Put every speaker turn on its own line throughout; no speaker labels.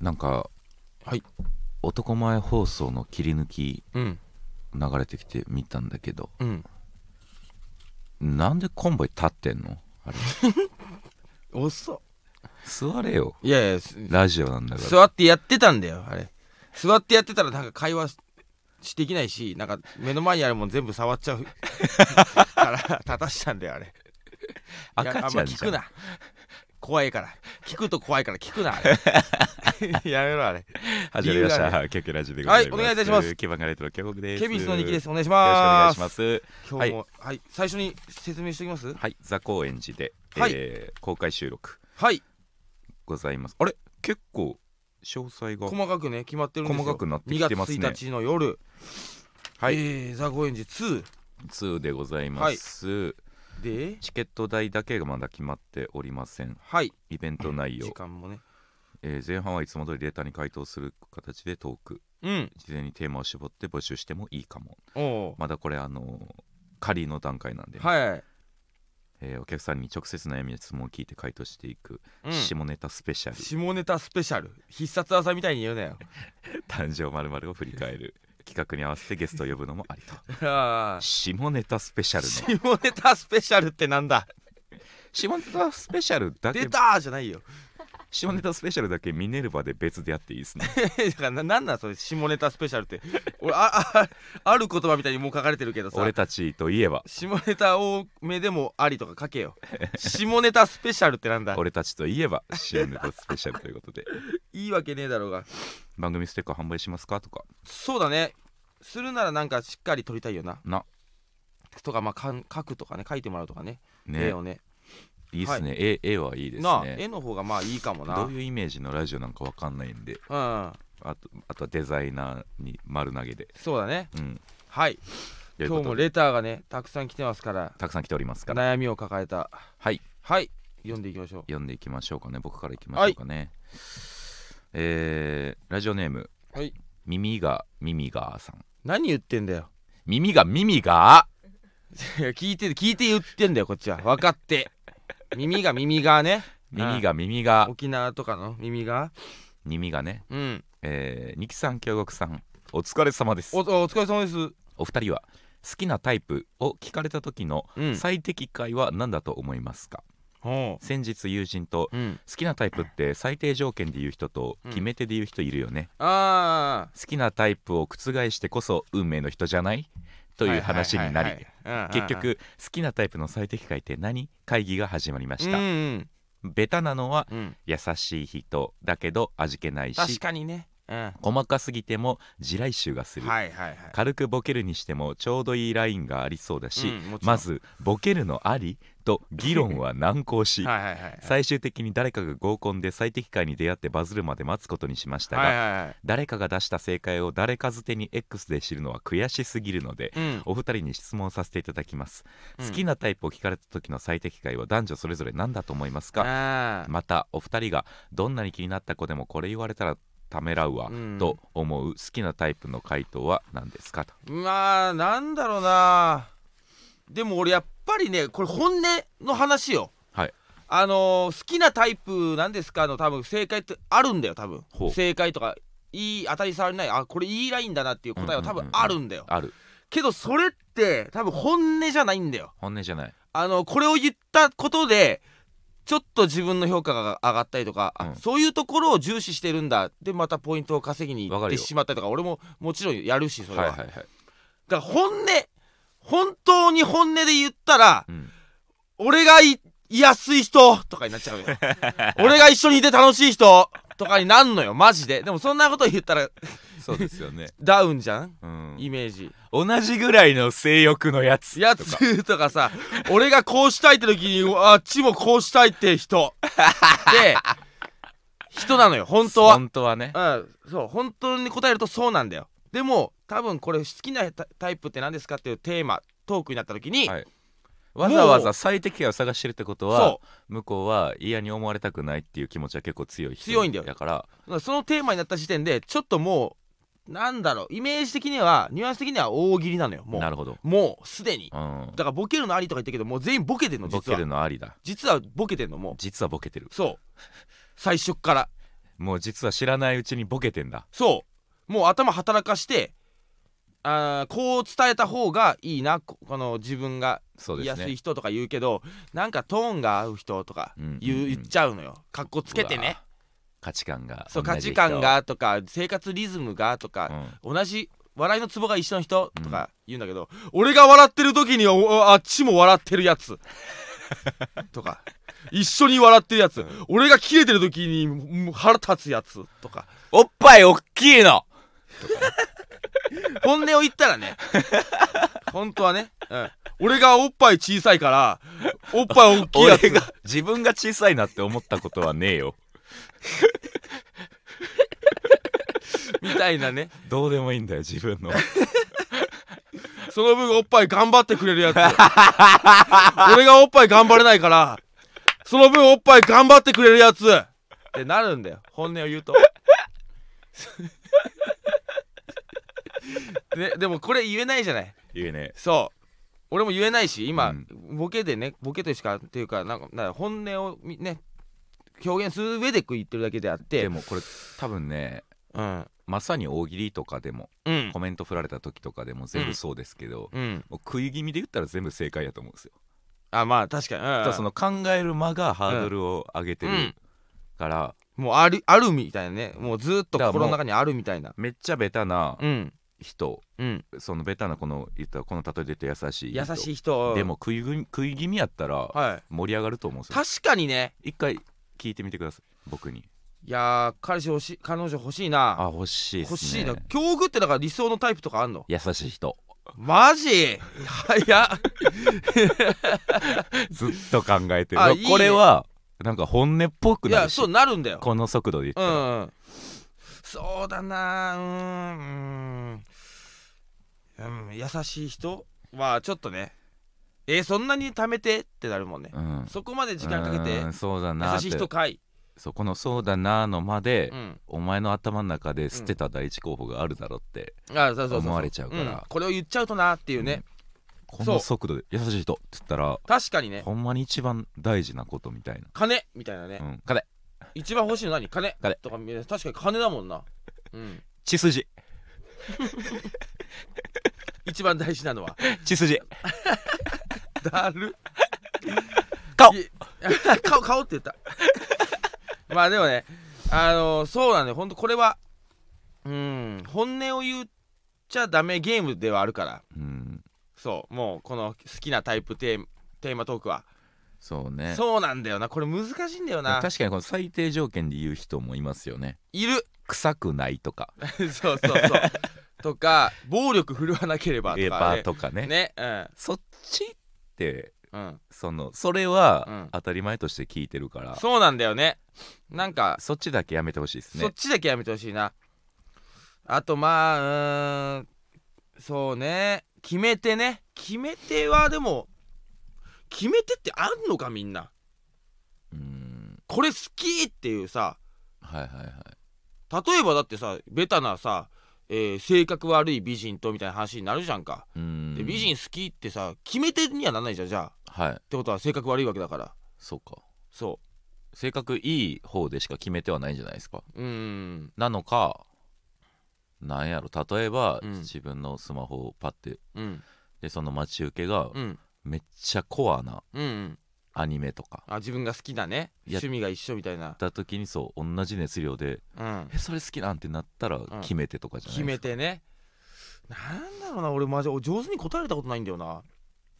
なんか、
はい、
男前放送の切り抜き
うん
流れてきて見たんだけど、
うん
なんでコンボイ立ってんのあれ、
遅
座れよ。
いやいやす
ラジオなんだから。
座ってやってたんだよあれ座ってやってたらなんか会話ししできないしなんか目の前にあるもん全部触っちゃうから立たしたんだよあれいや
赤
あん
ちゃ
ま
んじ
聞
ゃ
く
ん。
な怖いから聞くと怖いから聞くなあれやめろあれ
始まりまし
理由が
た。キャッキャラジオでございます。
はいお願いいたします
キバンガレットの京極です。
ケビンスのニキです
よ
お願いし
ろしくお願
ま
い
す
します。
今日もはい、最初に説明しておきます
はい、ザ・高円寺で、
はい
えー公開収録
はい
ございます。あれ結構詳細が。
細かくね決まってるんですよ
細かくなってきてますね
2月1日の夜
はい
えー、ザ・ゴエンジ2
2でございます、
で
チケット代だけがまだ決まっておりません
はい
イベント内容
時、間もね
えー前半はいつも通りデータに回答する形でトーク
うん
事前にテーマを絞って募集してもいいかも
おお、
まだこれあのー仮の段階なんでね、
はい、
えーお客さんに直接悩みや質問を聞いて回答していく、
うん、
下ネタスペシャル
下ネタスペシャル必殺技みたいに言うなよ
誕生まるを振り返 る企画に合わせてゲストを呼ぶのも ありと
あー
下ネタスペシャルの
下ネタスペシャルってなんだ
下ネタスペシャルだけ
出たーじゃないよ
下ネタスペシャルだけミネルヴァで別でやっていいです ね
だからななんなんそれ下ネタスペシャルって俺ああある言葉みたいにもう書かれてるけどさ
俺たちといえば
下ネタ多めでもありとか書 けよ下ネタスペシャルってなんだ
俺たちといえば下ネタスペシャルということで
いいわけねえだろうが
番組ステッカー販売しますかとか
そうだねするならなんかしっかり撮りたいよな
な
とかまあかん書くとかね書いてもらうとかね
ね
絵をね
いいっすね、絵絵はいいです
なあ
ね
絵の方がまあいいかもな
どういうイメージのラジオなんかわかんないんで
うん
あとあとはデザイナーに丸投げで
そうだね
うん
はい
という
今
こ
日も
とで
レターがねたくさん来てますから
たくさん来ておりますから
悩みを抱えた
はい
はい読んでいきましょう
読んでいきましょうかね僕からいきましょうかね、えーラジオネーム、
はい
耳が耳がーさん
何言ってんだよ
耳が耳がー
いや聞いて聞いて言ってんだよこっちは分かって耳が耳がね
耳が耳が
沖縄とかの耳が
耳がね
うん
えー、二木さん京極さんお疲れ様です
おお疲れ様です
お二人は好きなタイプを聞かれた時の
うん
最適解は何だと思いますか、
ほ
先日友人と
ううん
好きなタイプって最低条件で言う人と
うん
決め手で言う人いるよね、
ああ
好きなタイプを覆してこそ運命の人じゃないという話になり結局好きなタイプの最適解って何会議が始まりま
う
し
ん
た、
うん
ベタなのは
うん
優しい人だけど味気ない
確
し
かにねうんは
細かすぎても地雷臭がす
い
る、
はいはい
軽くボケるにしてもちょうどいいラインがありそうだし、
うんもちろん
まずボケるのありと議論は難航し
はいはいはい
最終的に誰かが合コンで最適解に出会ってバズるまで待つことにしましたが、
はいはいはい
誰かが出した正解を誰かづてに X で知るのは悔しすぎるので、
うん
お二人に質問させていただきます、
うん
好きなタイプを聞かれた時の最適解は男女それぞれ何だと思いますか
あー
またお二人がどんなに気になった子でもこれ言われたらためらうわ、
うん
と思う好きなタイプの回答は何ですかと
まあなんだろうなでも俺やっぱりねこれ本音の話よ
はい
あのー好きなタイプなんですかの多分正解ってあるんだよ多分
ほう
正解とかいい当たり障りないあこれいいラインだなっていう答えは多
うんうんうんうん
分あるんだよ、
ある
けどそれって多分本音じゃないんだよ
本音じゃない
あのこれを言ったことでちょっと自分の評価が上がったりとか、あ
うん
そういうところを重視してるんだでまたポイントを稼ぎに行
わ
っ
かる
て
よ
しまったりとか俺ももちろんやるしそれは、
いはい、
だから本音本当に本音で言ったら
うん、
俺がいいやすい人とかになっちゃ うよ俺が一緒にいて楽しい人とかになんのよマジででもそんなこと言ったら
そうですよね、
ダウンじゃん
うん、
イメージ
同じぐらいの性欲のやつ
や
とか
つとかさ俺がこうしたいって時にあっちもこうしたいって人で人なのよ本当は
本当はね
うんそう本当に答えるとそうなんだよでも多分これ好きなタタイプって何ですかっていうテーマトークになった時に、
はいわざわざ最適解を探してるってことは
そ
向こうは嫌に思われたくないっていう気持ちは結構強い人
強いんだよ
だから
だからそのテーマになった時点でちょっともうなんだろうイメージ的にはニュアンス的には大喜利なのよも
な
う
るほど、
もうすでに
うん、
だからボケるのありとか言ったけどもう全員ボケてんの
ボ
実
ケる
は
のありだ
実はボケてんのも
実はボケてる
うそう最初っから
もう実は知らないうちにボケてんだ
そうもう頭働かしてあーこう伝えた方がいいなここの自分が
そう
言い
で
や
す
す
ね
い人とか言うけどなんかトーンが合う人とか
うんうんうん
言う言っちゃうのよかっこつけて
う
ね
わ価値観が
そう
同
価
じ人
値観、がとか生活リズムがとか
う、ん
同じ笑いのツボが一緒の人とか言うんだけど、俺が笑ってる時にはおあっちも笑ってる やつとか一緒に笑ってるやつ、俺が切れてる時にもう腹立つやつとか
おっぱいおっきいの
本音を言ったらね本当はね、うん、俺がおっぱい小さいからおっぱい大きいや
俺
つ
が自分が小さいなって思ったことはねえよ
みたいなね
どうでもいいんだよ自 分の
その分おっぱい頑張ってくれるやつ俺がおっぱい頑張れないからその分おっぱい頑張ってくれるやつってなるんだよ本音を言うと ででもこれ言えないじゃない
言えねえ
そう俺も言えないし今、
うん
ボケでねボケとしかっていうかなんかなんか本音をみね表現する上でこう言ってるだけであって
でもこれ多分ね
うん
まさに大喜利とかでも
うん
コメント振られた時とかでも全部そうですけど、も
うん
う食い気味で言ったら全部正解やと思うんですよ、
あまあ確かに、うん
ただその考える間がハードルを上げて
う
る
ん
から、
もうあるあるみたいなねもうずっと
だからもう
心の中にあるみたいな
めっちゃベタな
うん
人
うん
そのベタなこの言ったらこの例えで言うと優しい
優
人
しい人
でも食いぐ食い気味やったら
は
盛り上がると思うん
い
ですよ
確かにね
一回聞いてみてください僕に
いやー彼氏欲しい彼女欲しいな
あ欲しいっすね
欲しいな境遇ってだから理想のタイプとかあんの
優しい人
マジ早っ
ずっと考えてる
あいいね
これはなんか本音っぽく
い
な
や
るし
そうなるんだよ
この速度で言った
う
ら、
んうんそうだなうーんうーん、うん、優しい人はちょっとねえーそんなに貯めてってなるもんね
うん
そこまで時間かけて
うんそうだなーっ
優
て
しい人かい、
そうこの「そうだな」の間で、
うん、
お前の頭の中で捨てた第一候補があるだろうって、
あそうそうそう
思われちゃうから
んこれを言っちゃうとなっていうね、
この速度で「優しい人」っつったら
確かにね
ほんまに一番大事なことみたいな、
金みたいなね、
うん、かで
一番欲しいの何金
金
とかみんな確かに金だもんな、うん、
血筋
一番大事なのは
血筋
だる
顔
い顔顔って言った まあでもねあのそうなんでほんとこれはうん本音を言っちゃダメゲームではあるから
うん
そうもうこの好きなタイプテーマテーマトークは、
そうね
そうなんだよなこれ難しいんだよな
確かにこの最低条件で言う人もいますよね
いる
臭くないとか
そうそうそうとか暴力振るわなければ
エ
と
ヴ
か
ァ
ね
とかね
ね
そっちって
うんうん
そのそれ
う
は
ん
当たり前として聞いてるから、
そうなんだよねなんか
そっちだけやめてほしいです
そっ
ね
ちだけやめてほしいなあとまあうーんそうね決め手ね決め手はでも決め手ってあんのかみんな
うん
これ好きっていうさ
はいはいはい
例えばだってさベタなさ、えー性格悪い美人とみたいな話になるじゃんか、
うん
で美人好きってさ決め手にはならないじゃんじゃあっ
はい
てことは性格悪いわけだから
そうか
そ
性格いい方でしか決めてはないんじゃないですか
ううーん
なのかなんやろ例えば、
うん
自分のスマホをパッて
うん
でその待ち受けが
うん
めっちゃコアな
うんうん
アニメとか
あ自分が好きだね
いや
趣味が一緒みたいな
やっ、た時にそう同じ熱量で
うん
「えそれ好きなん?」てなったら
ん
決めてとかじゃな
決
いで
め
すか、
てねなんだろうな俺マジ上手に答えれたことないんだよな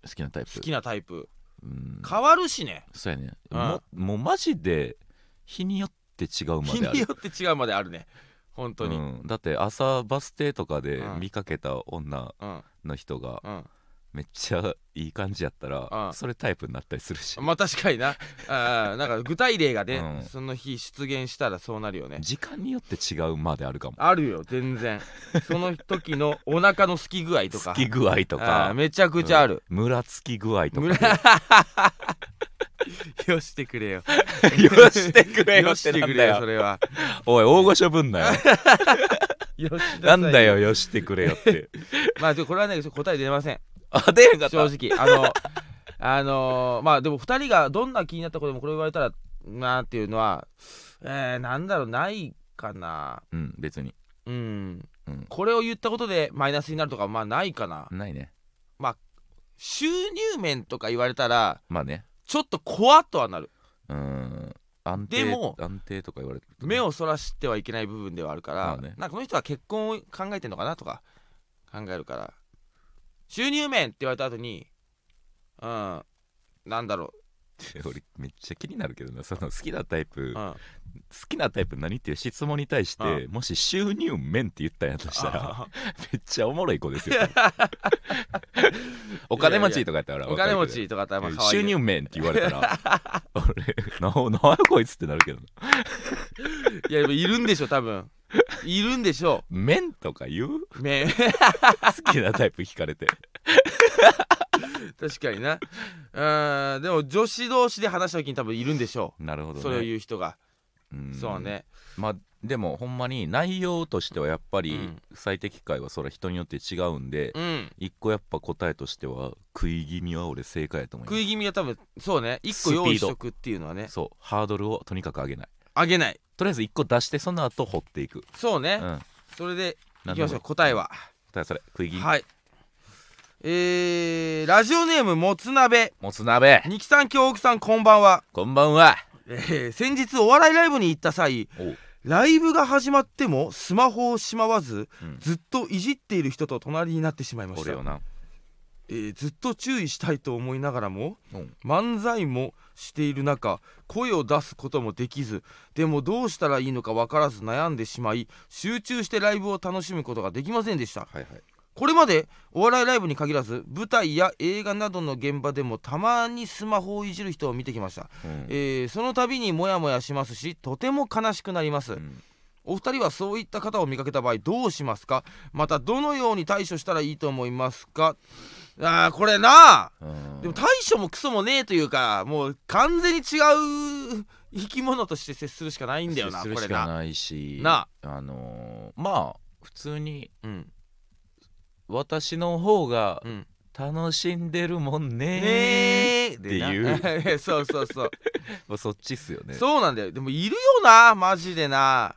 好きなタイプ
好きなタイプ
うん
変わるしね
そうやね、
うん
ももうマジで日によって違うま
日
であ
に
る
よって違うまであるね本当にうん
うんだって朝バス停とかで
うん
見かけた女
うん
の人がめっちゃいい感じやったら、
うん
それタイプになったりするし、
まあ確かになあーなんか具体例がね、
うん
その日出現したらそうなるよね
時間によって違うまであるかも
あるよ全然その時のお腹のすき具合とか
好き具合と
あー
か
めちゃくちゃある、
ムラつき具合とか
む
で
よしてくれよ
よしてくれよ
よ
っ
してて
な
く
ん
れ
だ
よそ
よ
れは
おい大御所ぶんな よ
よしさい
なんだよよしてくれよって
まあちょこれはね答え出ません
あ出へんかった
正直あの あのーまあでも2人がどんな気になったことでもこれ言われたらなーっていうのはえー、なんだろうないかな
うん別に
うん
うん
これを言ったことでマイナスになるとかまあないかな
ないね
収入面とか言われたら
まあね
ちょっと怖っとはなる
うん安定
でも
安定とか言われてるとね
目をそらしてはいけない部分ではあるから、
まあね
なんかこの人は結婚を考えてんのかなとか考えるから収入面って言われた後にうんなんだろ
俺めっちゃ気になるけどなその好きなタイプ、
う、うん、
好
あ
きなタイプ何っていう質問に対して、
う
もし収入面って言ったんやとしたら
あ
めっちゃおもろい子 ですよお金持ちとかやったら
お金持
分かるけ
ちとかだったらまあ
ど
可愛い
収入面って言われたら 俺ななんやこいつってなるけど
いやでもいるんでしょ多分いるんでしょ
面とか言う
うめ
好きなタイプ聞かれて
確かになうんでも女子同士で話した時に多分いるんでしょ
なるほ
う
ど、ね、
それを言う人が、
うん
そうね
まあでもほんまに内容としてはやっぱ
う
り
ん
最適解はそれは人によって違うんで、
うん
一個やっぱ答えとしては食い気味は俺正解やと思いま
食い気味は多分そうね一個用意しとくっていうのはね
すそうハードルをとにかく上げない
あげない
とりあえず一個出してその後掘っていく
そうね、
うん
それでい
何
き
でも
ましょう答えは
ただそれ食い気味
はいえー、ラジオネームもつ鍋
もつ鍋
二木さん京奥さんこんばんは、
こんばんは
えー、先日お笑いライブに行った際
おう
ライブが始まってもスマホをしまわず、
うん
ずっといじっている人と隣になってしまいまし
俺
た
よ、な
えーずっと注意したいと思いながらも
うん
漫才もしている中声を出すこともできずでもどうしたらいいのか分からず悩んでしまい集中してライブを楽しむことができませんでした
はいはい
これまでお笑いライブに限らず舞台や映画などの現場でもたまにスマホをいじる人を見てきました、
うん
えーその度にモヤモヤしますしとても悲しくなります、
うん
お二人はそういった方を見かけた場合どうしますかまたどのように対処したらいいと思いますかあーこれなあ
うん
でも対処もクソもねえというかもう完全に違う生き物として接するしかないんだよな
接
こ
する
れ
しか
な
ないし
な
あのーまあ普通に
うん
私の方が
うん
楽しんでるもんね
ねえって
いう
そうそうそう
まあそっちっすよね
そうなんだよでもいるよなマジでな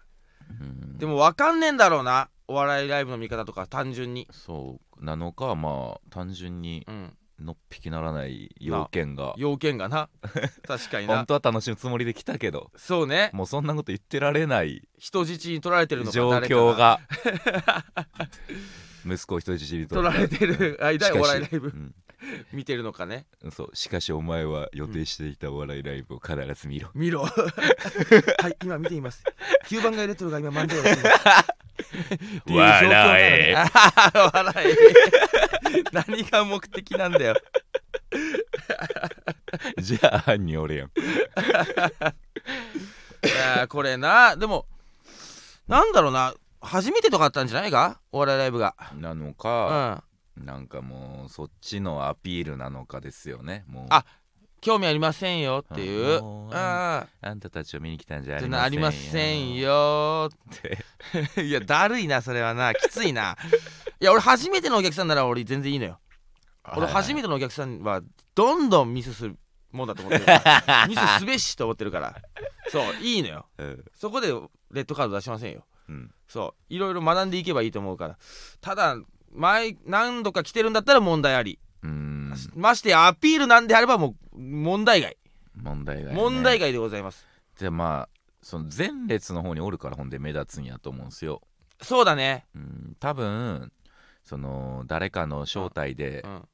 うん
でもわかんねえんだろうなお笑いライブの見方とか単純に
そうなのかまあ単純に
うん
のっぴきならない要件が
要件 がな確かに
本
な
当は楽しむつもりで来たけど
そうね
もうそんなこと言ってられない
人質に取られてるのか
状
誰か
況が 息子を人質に
取られてる間
しか
お
し
笑いライブ
うん
見てるのかね
そうしかしお前は予定していたお笑いライブを必ず見ろ、
見 ろはい今見ています9番街レトロが今漫才をしていますっていう状況なのね笑え何が目的なんだよ
じゃあ犯人俺やん
いやーこれなでもなんだろうな初めてとかあったんじゃないかお笑いライブが
なの
うん
か、
あ
なんかもうそっちのアピールなのかですよねもう
あ興味ありませんよっていう
あもう
あ
あんたたちを見に来たんじゃあ
あ
り
ありませんよって いやだるいなそれはなきついないや俺初めてのお客さんなら俺全然いいのよ俺初め
て
てのお客さんはどんどんミスするもんだと思ってるか らミスすべしと思ってるからそういいのよ
うん
そこでレッドカード出しませんよ
うん
そういろいろ学んでいけばいいと思うからただ前何度か来てるんだったら問題あり、
うん
ましてやアピールなんであればもう問題外、
問題が、ね、
問題外でございます
でまあその前列の方におるからほんで目立つんやと思うんですよ、
そうだね
うん、多分その誰かの招待で、
うん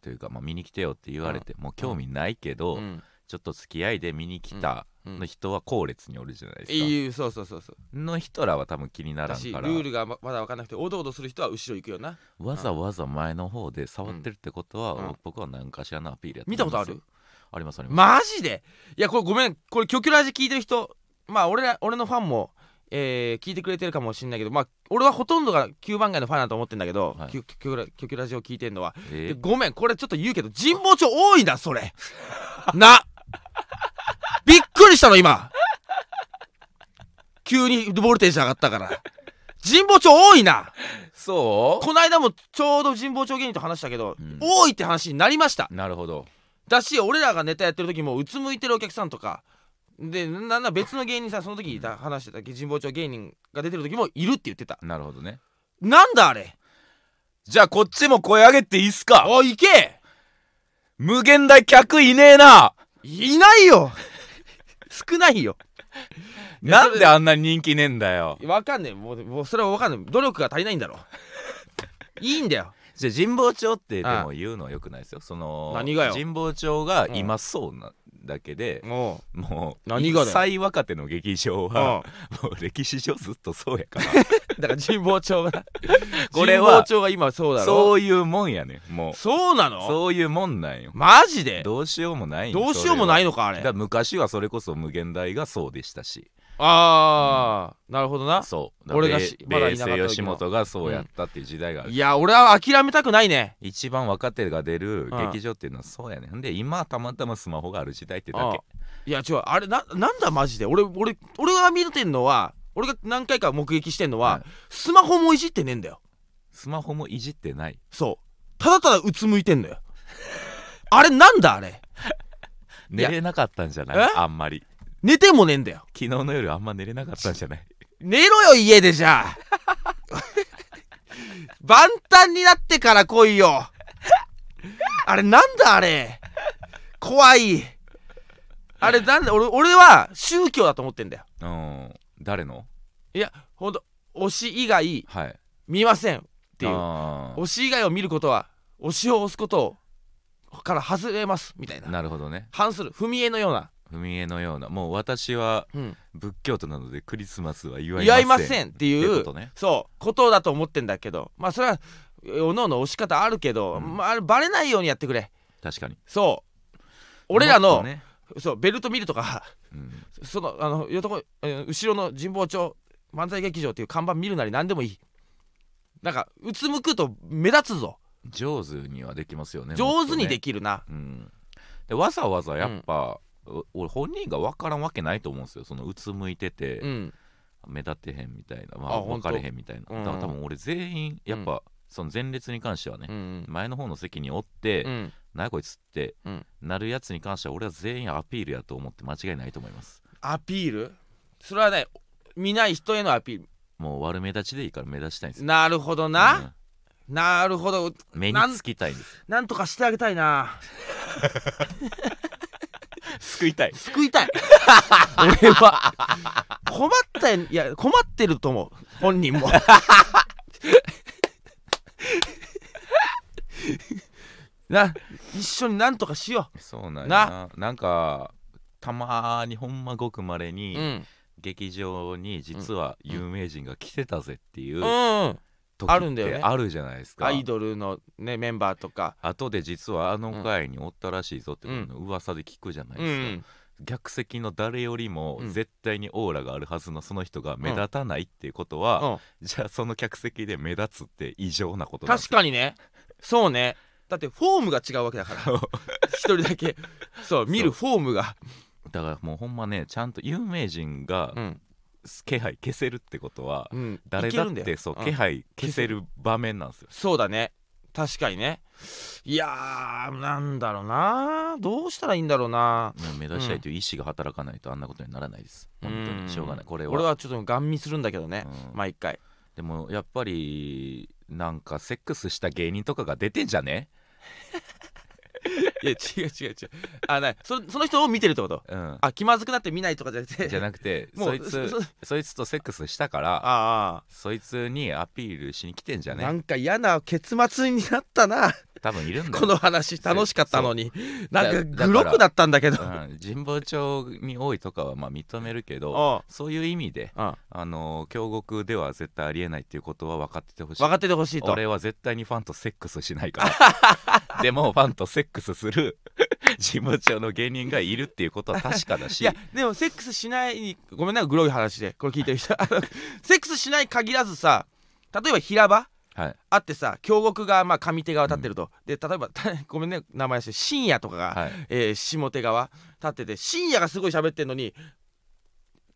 というか、まあ、見に来てよって言われて、もう興味ないけど、
うん
ちょっと付き合いで見に来た
うん
の人は後列におるじゃないですか、
いいそうそうそうそう
の人らは多分気になら
だ
ん
し
か
ル
ら
ールがままだ分かんなくておどおどする人は後ろ行くよな
わざわざ前の方で触ってるってことは、
うん
僕は何かしらのアピールや
見たことあ
思い
る
ますよありますあります、
マジでいやこれごめんこれ「キョキョラジ」聞いてる人まあ俺ら俺のファンも、えー聞いてくれてるかもしれないけどまあ俺はほとんどが9番街のファンだと思ってんだけど、
はい
キョキョキョラキョキョラジを聞いてんのは
え
で
ー
ごめんこれちょっと言うけど神保町多いなそれ なびっくりしたの今急にボルテージ上がったから神保町多いな
そ
この間もちょうど神保町芸人と話したけど、
うん
多いって話になりました
うなるほど
だし俺らがネタやってる時もうつむいてるお客さんとかでなんなら別の芸人さその時いた話してた神保町芸人が出てる時もいるって言ってた
なるほどね
なんだあれ
じゃあこっちも声上げていいっすか
おい行け
無限大客いねえない
ないよ少ないよいや
なんであんなに人気ねえんだよ
わかんねえもうもうそれはわかんねえ努力が足りないんだろいいんだよ
じゃあ神保町ってで
ああ
も言うのはよくないですよその
何がよ
神保町がいまそうなだけで、
も
もう
何がだよ
最若手の劇場
う、
は、もう歴史上ずっとそうやか
うん、だから神保町が
これは
神保町が今そう
ら
だろ
そういうもんやねんもう
そうなの
そういうもんなんよ
マジで
どうしようもないん
どうしようもないいのかあ
だ
れ
から
あ
昔はそれこそ無限大がそうでしたし
あー、なるほどな
そう
俺が
米
しまだいなかっ
米
た時の
西吉本がそうやったっていう時代がある、
いや俺は諦めたくないね
一番若手が出る
うん
劇場っていうのはそうやねんで今はたまたまスマホがある時代ってだ
あ
け
いや違うあれななんだマジで俺俺俺が見てんのは俺が何回か目撃してんのは、
うん
スマホもいじってねえんだよ
スマホもいじってない
そうただただうつむいてんのよ あれなんだあれい
寝
や
れなかったんじゃな
え
いあんまり
寝てもねえんだよ
昨日の夜あんま寝れなかったんじゃない
寝ろよ家でじゃあ 万端になってから来いよあれなんだあれ怖いあれなんだ俺俺は宗教だと思ってんだよ
うん誰の
いやほんと推し以外
はいっ
見ませんっていう
あー
推し以外を見ることは推しを押すことをから外れますみたいな
なるほどね
反する踏み絵のような、
踏み絵のようなもう私は
うん、
仏教徒なのでクリスマスは祝いません
祝いませんっていう
ってことね
そうことだと思ってんだけどまあそれはおのおの押し方あるけど、
うん
まあ、あれバレないようにやってくれ
確かに
そう俺
も
ら
っ
の、
とね
そうベルト見るとか
うん
そのあの横えー後ろの神保町漫才劇場っていう看板見るなり何でもいいなんかうつむくと目立つぞ
上手にはできますよね
上手に
き
できるな、
うん、でわざわざやっぱ、お俺本人が分からんわけないと思うんですよそのうつむいてて、
うん
目立ってへんみたいな、ま
あ
あ、
ほん
分
と
かれへんみたいな、
うん
だから多分俺全員やっぱ、その前列に関してはね
う、ん
前の方の席におって、
うん
なあこいつって、
うん
なるやつに関しては俺は全員アピールやと思って間違いないと思います
アピールそれはね見ない人へのアピール
もう悪目立ちでいいから目立ちたいんですよ、
なるほどな、なるほど
うん目につきたいんです
なんとかしてあげたいな
救いたい
救いたい俺は困ったよいや困ってると思う本人もな一緒になんとかしよ
そうなんやななんかたまーにほんまごくまれ
う、
に、
ん、
劇場に実は有名人が来てたぜっていううん時
あるんだ
っ
よね
てあるじゃないですか
アイドルのねメンバーとか
後で実はあの回におったらしいぞっていうのを噂で聞くじゃないですか、
うん
逆席の誰よりも
うん
絶対にオーラがあるはずのその人が目立たないっていうことは、
うん
じゃあその客席で目立つって異常なことなんです
確かにねそうねだってフォームが違うわ けだから一人だけそう見るフォームが
だからもうほんまねちゃんと有名人が
ん、
気配消せるってことは、
うん、
誰
いけ
だ
る
っ
んよ
てそう、
ん
気配消せる場面なんですよ
そうだね確かにねいやーなんだろうなどうしたらいいんだろうな
うん目指したいという意志が働かないとあんなことにならないです、本当
うん
にしょうがないこれは
俺はちょっとガン見するんだけどね、
うん
毎回
でもやっぱりなんかセックスした芸人とかが出てんじゃね
いや違う違う違うあないそその人を見てるってこと
うん
あ気まずくなって見ないとかじゃなくて
じゃ
な
なくて
もう
そいつ
そ
そいつとセックスしたから
あ
そいつにアピールしに来てんじ
あ、
ゃ
な
ね
んか嫌な結末になったな
多分いるんだよ
この話楽しかったのになんか
だ
グロくなったんだけ
う
ど
ん、神保町に多いとかはまあ認めるけど
う
そういう意味で
んうん
あのー京極では絶対ありえないっていうことは分かっててほしい
分かっててほしいと
俺は絶対にファンとセックスしないから でもファンとセックスする 事務長の芸人がいるっていうことは確かだし
いやでもセックスしないごめんなグロい話でこれ聞いてる 人あのセックスしない限らずさ例えば平場
はい
あってさ京極がまあ上手側立ってると、で例えば たごめんね名前して深夜とかが、
はい
えー下手側立ってて深夜がすごい喋ってんのに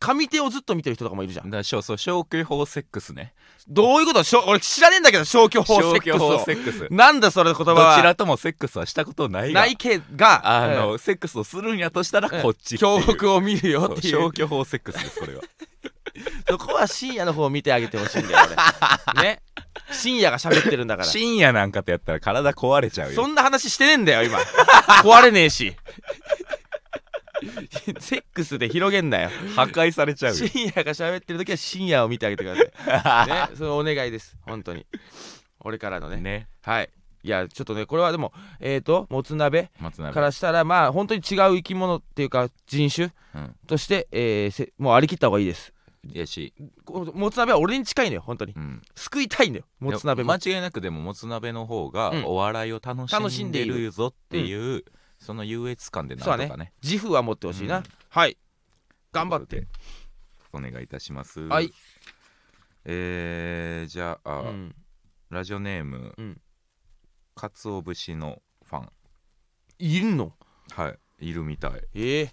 上手をずっと見てる人とかもいるじゃん
だからそうそう消去法セックスね
どういうことしょ俺知らねえんだけど 消去法セ
消
ッ
去
クス
法
を
セックスど
なんだそれ言葉は
ちらともセックスはしたことないが
ないけが
あの、セックスをするんやとしたら
うん
こっちっていう
教北を見るよってい
そう
う
消去法セックスですこ れは
そこは深夜の方を見てあげてほしいんだよ 俺ね深夜が喋ってるんだから
深夜なんかとやったら体壊れちゃうよ
そんな話してねえんだよ今 壊れねえし セックスで広げんなよ
破壊されちゃうよ
深夜が喋ってる時は深夜を見てあげてくださいねそのお願いです本当に俺からのね
ね
はいいやちょっとねこれはでもえっ、ー、ともつ鍋
松永
からしたらまあ本当に違う生き物っていうか人種
うん
として、えーせもうありきった方がいいです
いやし、
こもつ鍋は俺に近いのよ本当に
うん、
救いたいのよもつ鍋
いや間違いなくでももつ鍋の方が
うん
お笑いを楽
楽
し
し
ん
ん
で
でいる
るぞっていう、その優越感でなんと
そう
か
だ
ね
ね自負は持ってほしいな、
うん
はい頑張って
お願いいたします
はい
えー、じゃあ、
うん
ラジオネーム、
うん
かつお節のファン
いるの
はいいるみたい
ええー、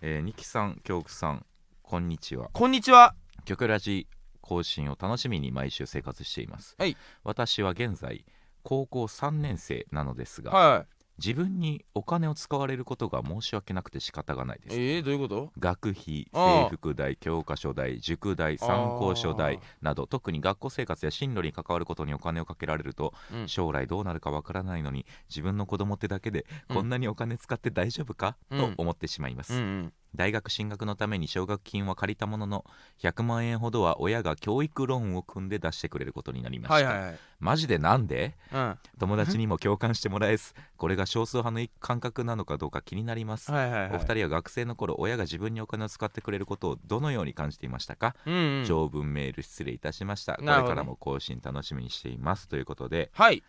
えー、ニキさん京福さんこんにちは
こんにちは
曲ラジ更新を楽しみに毎週生活しています、
はい
私は現在高校3年生なのですが、
は
自分にお金を使われることが申し訳なくて仕方がないで
い
す、
ええー、どういうこと
学費
ああ
制服代教科書代塾代参考書代
ああ
など特に学校生活や進路に関わることにお金をかけられると、
うん
将来どうなるかわからないのに自分の子供ってだけで
うん
こんなにお金使って大丈夫か、
う
と
ん
思ってしまいます、
うんうん
大学進学のために奨学金は借りたものの100万円ほどは親が教育ローンを組んで出してくれることになりました、
はいはいはい
マジでなんで
うんは
友達にも共感してもらえずこれが少数派の感覚なのかどうか気になります、
いはいはい
お二人は学生の頃親が自分にお金を使ってくれることをどのように感じていましたか、
うんうん
長文メール失礼いたしましたこれ
なるほどね
からも更新楽しみにしていますということで
はい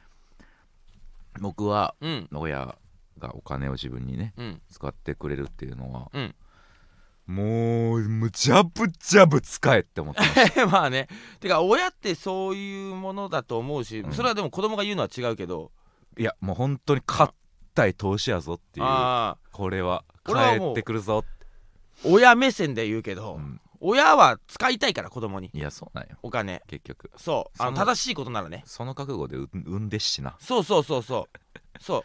僕は
うん
親がお金を自分にね
うん
使ってくれるっていうのは、
うん
もうむちゃぶちゃぶ使えって思っ てます
まあねてか親ってそういうものだと思うし、
うん
それはでも子供が言うのは違うけど
いやもう本当に勝ったい投資やぞっていう
ああ
これは帰
俺はもう
ってくるぞ
親目線で言うけど、
うん
親は使いたいから子供に
いやそうなんよ
お金
結局
そうあの
その
正しいことならね
その覚悟でう産んでっしな
そうそうそうそうそう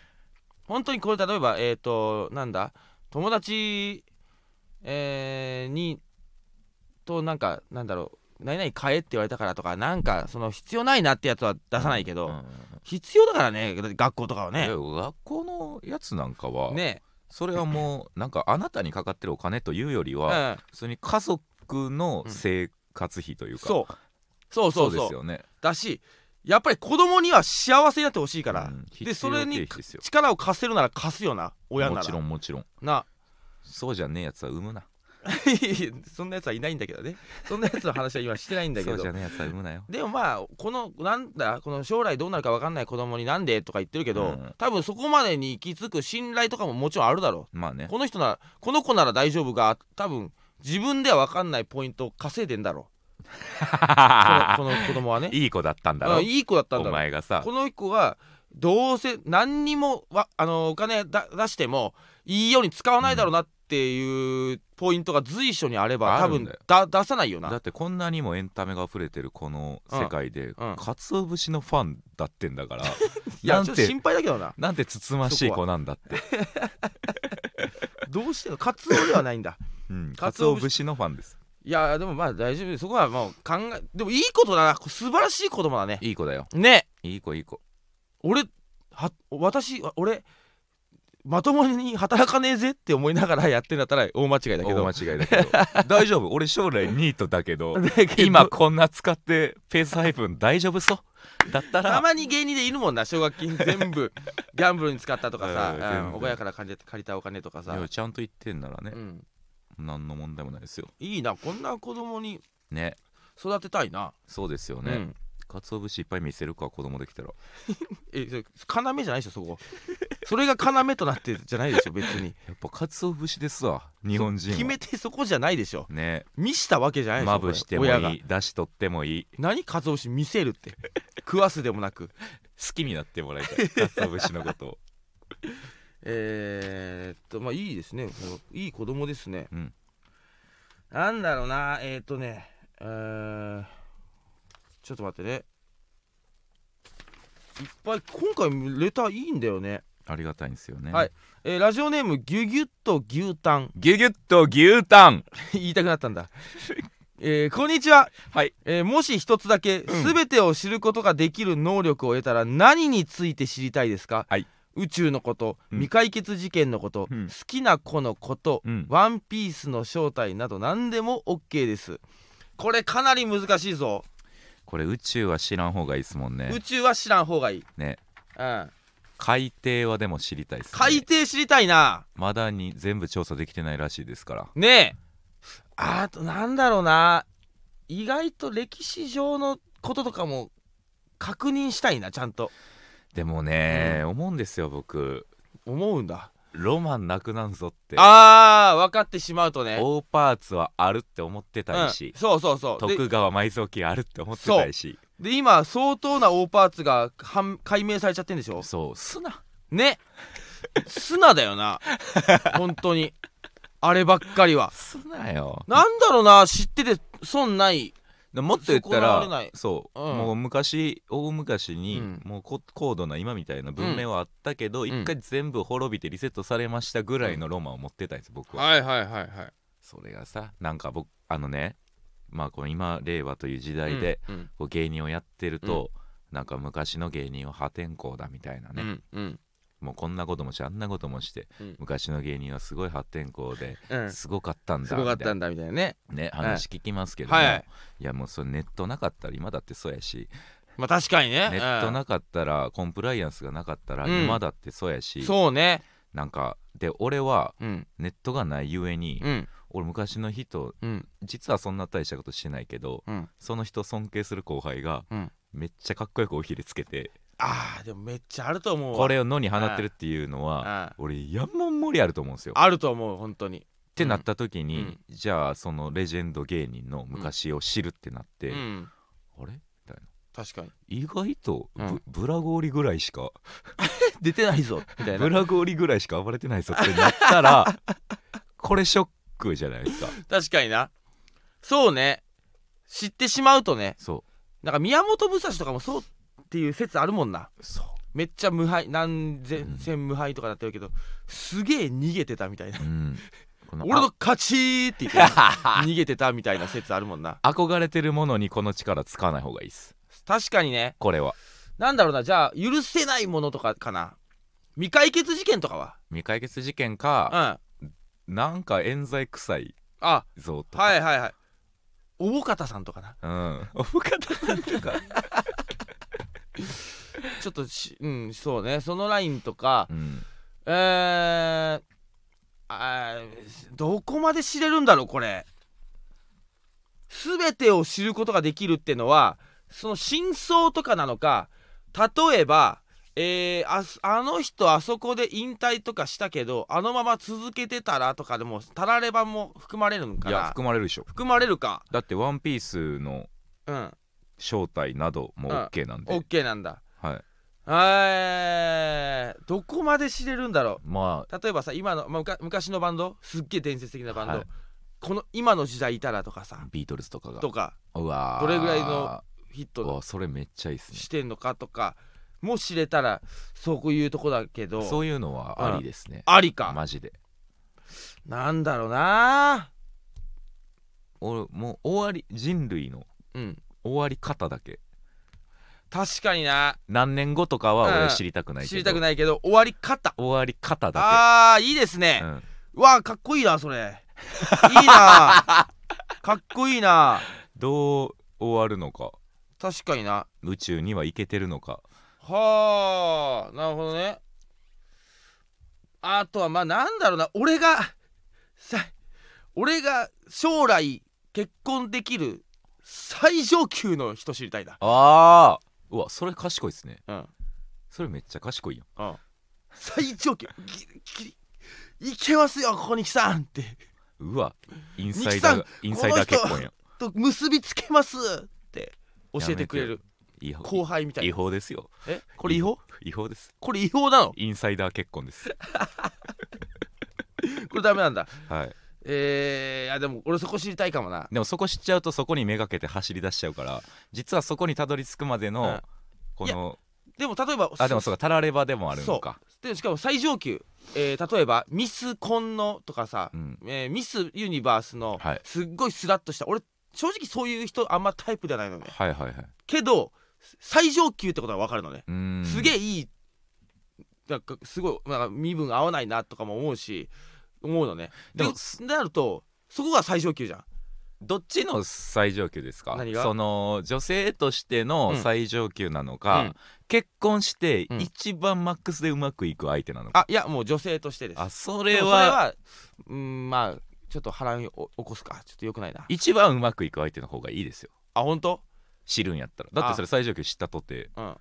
本当にこれ例えばえっ、となんだ友達、えーにとなんかなんだろう何々買えって言われたからとかなんかその必要ないなってやつは出さないけど、
うんうん
必要だからね学校とかはね
いや学校のやつなんかは、
ね
それはもうなんかあなたにかかってるお金というより
う
は、
ん
普通に家族の生活費というか、
そうそうそうそう
ですよね
だしやっぱり子供には幸せになってほしいから、
うん
でそれ
必
に
要経費ですよ
力を貸せるなら貸すよな親なら
もちろんもちろん
な
そうじゃねえやつは産むない
やそんなやつはいないんだけどねそんなやつの話は今してないんだけ
そう
ど
じゃねえやつは産むなよ
でもまあこのなんだこの将来どうなるか分かんない子供になんでとか言ってるけど、
うん
多分そこまでに行き着く信頼とかももちろんあるだろ
まあね
うこの人ならこの子なら大丈夫が多分自分では分かんないポイントを稼いでんだろうこのこの子供はね
いい子だったんだろ
うんいい子だったん
お
だろう
前がさ
この子はどうせ何にもわあのお金だ出してもいいように使わないだろうなっていうポイントが随所にあれば
あ
多
るん
分
だよ
だ出さないよ
だ
な
ってこんなにもエンタメが溢れてるこの世界で
うんうん
かつお節のファンだってんだから
いや
なん
ちょっと
て
心配だけどな
なんてつつましい子なんだって
どうしてんのカツオではないんだ
うんか
か
つ
つ
お
お節
節のファンです
いやでもまあ大丈夫そこはもう考えでもいいことだな素晴らしい子供だね
いい子だよ
ね
いい子いい子
俺は私あ俺まともに働かねえぜって思いながらやってんだったら大間違いだ
大
けど
間違いだけど 大丈夫俺将来ニートだけど
だけど
今こんな使ってペース配分大丈夫そうだった
た
ら
まに芸人でいるもんな奨学金全部ギャンブルに使ったとかさ
う、ん
うん
全部
親から借りた借りたお金とかさ
いや、ちゃんと言ってんならね
うん、
何の問題もないですよ
いいなこんな子供に
ね
育てたいな、
そうですよ
う
ね
ん、
かつお節いっぱい見せるか子供できたら
えそれ要じゃないでしょそこ それが要となってじゃないでしょ別に
やっぱかつお節ですわ日本人は
決めてそこじゃないでしょ
ね
見したわけじゃないでしょ
まぶしても
これ親が
いい出し取ってもいい
何かつお節見せるって食わすでもなく
好きになってもらい たいかつお節のことを
えー、っとまあいいですねこのいい子供ですね、
うん
なんだろうなえっ、ー、とねうーんちょっと待ってねいっぱい今回レターいいんだよね
ありがたいんですよね
はいえーラジオネームギュギュッと牛タン
ギュギュッと牛タン
言いたくなったんだえーこんにちは、
はい
えーもし一つだけ
うん
全てを知ることができる能力を得たら何について知りたいですか、
はい
宇宙のこと、
うん
未解決事件のこと、
うん
好きな子のこと、
うん
ワンピースの正体など何でも OK ですこれかなり難しいぞ、
これ宇宙は知らん方がいいですもんね
宇宙は知らん方がいい、
ね
うん、
海底はでも知りたいです、ね、
海底知りたいな
まだに全部調査できてないらしいですから
ねえあとなんだろうな意外と歴史上のこととかも確認したいなちゃんと
でもね、思うんですよ僕
思うんだ
ロマンなくなんぞって
ああ分かってしまうとね
大パーツはあるって思ってたりし
うん、、そうそうそうで
徳川埋蔵金あるって思ってたりし
で今相当な大パーツが判解明されちゃってんでしょ
そう砂
ね砂だ よな本当にあればっかりは
砂よ
なんだろうな知ってて損ない
でもっと言った
損なわ
ら
れない
そう、
うん
もう昔大昔に、
うん
もうこ高度な今みたいな文明はあったけど、
ん
一回全部滅びてリセットされましたぐらいのロマンを持ってたんです僕は、
いはいはいはい
それがさなんか僕あのねまあこの今令和という時代で、
うん
こう芸人をやってると、なんか昔の芸人は破天荒だみたいな
う
ね、
んうん
もうこんなこともしてあんなこともして、
うん
昔の芸人はすごい破天荒で、
うん
すごかったんだ
すごかった
み
んだみたいなね
たいなね話聞きますけども、
はい
い
はい
やもうそれネットなかったら今だってそうやし
まあ確かにね
ネット
うん
なかったらコンプライアンスがなかったら
うん
今だってそうやし、
そうね
なんかで俺は
うん
ネットがないゆえに、
うん
俺昔の人
うん
実はそんな大したことしてないけど
うん
その人尊敬する後輩が、
うん
めっちゃかっこよくおひれつけて
あーでもめっちゃあると思うわ
これを野に放ってるっていうの
うん
は
あ
俺山盛りあると思うんですよ。っ
ると思う本当に
てなった時に、
うん
じゃあそのレジェンド芸人の昔を知るってなって、
うん
あれ
確かに
意外とブ,、
うん
ブラゴーリぐらいしか
出てないぞみたい
ブ
な
ラゴーリぐらいしか暴れてないぞってなった らこれショックじゃないですか
確かになそうね知ってしまうとね
そ
なんか宮本武蔵とかもそうっていう説あるもんな
うそ
めっちゃ無敗何千戦無敗とかなってるけどすげえ逃げてたみたいな
う、うん、この
俺の勝ちーって言って 逃げてたみたいな説あるもんな
あ憧れてるものにこの力使わない方がいいです
確かにね
これは
なんだろうなじゃあ許せないものとかかな未解決事件とかは
未解決事件か
うん
なんか冤罪臭い
あ
ぞとか、
はいはいはいおぼかたさんとかな
うんおふかたさんとか、
ちょっとしうんそうねそのラインとか
うん、
えー、あーどこまで知れるんだろうこれ全てを知ることができるってのはその真相とかなのか例えば、えーあすあの人あそこで引退とかしたけどあのまま続けてたらとかでもたらればも含まれるのか
いや
な
含まれるでしょ
含まれるか
だって「ワンピースの
うん
正体なども
うん
OK なんで、
OK なんだ
はい、
えー、どこまで知れるんだろう
ま
例えばさ今の、まあむか昔のバンドすっげえ伝説的なバンド、
はい
この今の時代いたらとか
あ
さ
ビートルズとかが
とか
うわー
どれぐらいのヒッ
う
ト
わそれめっちゃいいっすね
してんのかとかも知れたらそういうとこだけど
そういうのはありですね、
ありか
マジで
なんだろうな
俺もう終わり人類の
うん
終わり方だけ
確かにな
何年後とかは
うん
俺知りたくないけど、
知りたくないけど終わり方
終わり方だ
あーいいですね
け、うん
うわあかっこいいなそれい いなかっこいいな
どう終わるのか
確かにな
宇宙には行けてるのか
はあなるほどねあとはまあなんだろうな俺がさ俺が将来結婚できる最上級の人知りたいな
ああうわそれ賢いっすね
うん
それめっちゃ賢いよ
うん最上級ギリギリいけますよここに来さんって
うわインサイダーがインサイダー結婚や
と結びつけますって教えてくれる
いい方
後輩みたい
違
な
法ですよ
えこれ違法
違法です
これ違法なの
インサイダー結婚です
これダメなんだ
はい
えー、いやでも俺そこ知りたいかもな
でもそこ知っちゃうとそこにめがけて走り出しちゃうから実はそこにたどり着くまで
う
の
ん
この
でも例えば
あでもそうかタラレバでもあるのか
でしかも最上級、えー例えばミスコンのとかさ、
うん
えーミスユニバースの
はい
すっごいスラッとした、俺正直そういう人あんまタイプじゃないのね
はいはいはい
けど最上級ってことは分かるのね、
うーん
すげえいいなんかすごいなんか身分合わないなとかも思うし思うのね
で
で
も
なるとそこが最上級じゃん
どっちの最上級ですか
何が
その女性として
う
の
ん
最上級なのか、
うん
結婚して
うん
一番マックスでうまくいく相手なのか、
あいやもう女性としてです
あそ
で
れ
も
は
それはうんまあちょっと波乱を起こすかちょっとよくないな
一番うまくいく相手の方がいいですよ
あ本当
知るんやったらだってそれ最上級知ったとて
うん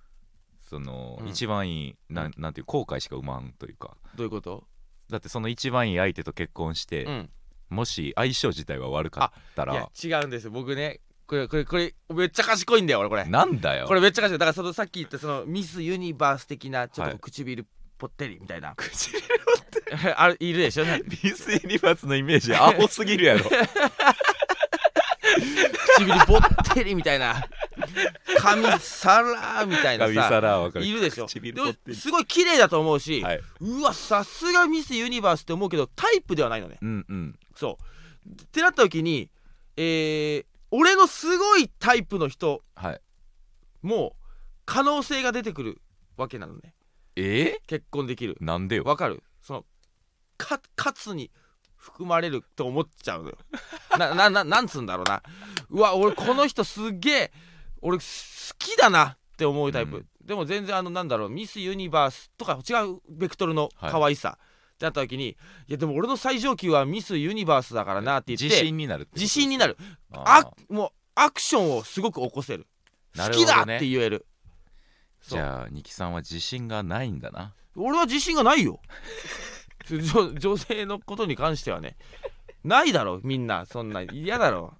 その、
うん
一番いいな
うん
なんていう後悔しか生まんというか
どういうこと
だってその一番いい相手と結婚して、
うん
もし相性自体は悪かったら
いや違うんですよ僕ねこれこれこれめっちゃ賢いんだよ俺これ
なんだよ
これめっちゃ賢いだからそのさっき言ったそのミスユニバース的なちょっとこ
は
う
い
唇ぽってりみたいな
口に
あるいるでしょ なん か
ビスユニバースのイメー ジアホすぎるやろ
唇ぽってりみたいな髪皿みたいな
神
さ
皿は分かる
いるでしょ
唇
で
ぽ
も
ってり
すごい綺麗だと思うし、
はいう
わさすがミスユニバースって思うけどタイプではないのね
うんうん
そうってなった時にえー、俺のすごいタイプの人
はい
も可能性が出てくるわけなのね
え
結婚できる
ー、なんでよ
わかるそのかかつに含まれると思っちゃうのよな なななんつうんだろうなうわ俺この人すげえ俺好きだなって思うタイプ、
うん
でも全然あのなんだろうミスユニバースとか違うベクトルの可愛さ、ってなった時にいやでも俺の最上級はミスユニバースだからなって言
自
って
信になるってこと
自信になる
あ
あもうアクションをすごく起こせる
な
好
るほど
き
ね
だって言える
じ
そう
ゃあ二木さんは自信がないんだ な
俺は自信がないよ 女女性のことに関してはねないだろみんなそんな嫌だろ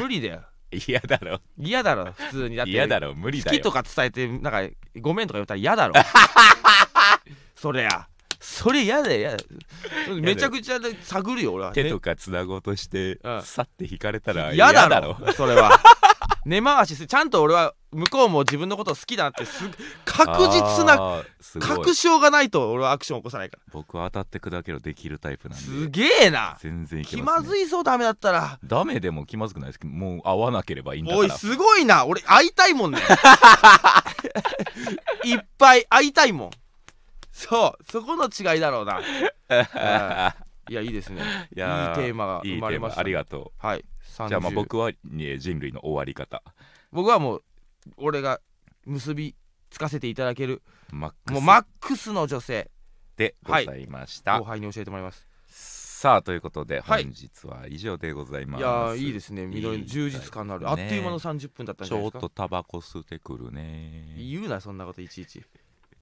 無理だよ
嫌だろ
嫌だろ普通にだって
嫌だろ無理
好
だ
き
よ
とか伝えてなんかごめんとか言ったら嫌だろ そりゃそれ嫌だよ嫌だよめちゃくちゃで探るよ俺は
手とかつなごうとして
うん
さって引かれたら
嫌
嫌
だろ
だろ
それは根回しするちゃんと俺は向こうも自分のことを好きだなってす確実な
あーすごい
確証がないと俺はアクションを起こさないか
僕は当たって砕けろできるタイプな
ら
んで
すげえな
全然いけ
気
ます、ね、
まずいぞダメだったら
ダメでも気まずくないですけどもう会わなければいいんだか
おい
ら
すごいな俺会いたいもん ねいっぱい会いたいもんそうそこの違いだろうな、うんいやいいですね
いや
いいテーマが生まれました
いいテーマありがと
はい30
うじゃあまあ僕は、ね、人類の終わり方
僕はもう俺が結びつかせていただける
マックス
もうマックスの女性
でございました、
後輩に教えてもらいます
さあということで
はい
本日は以上でございま
い
す、
やーいいですすね緑の充実感のある
ね
あっという間の30分だったん
ち
じゃない
ょ
で
っ
すか
とタバコ吸ってくるね
言うなそんなこといちいち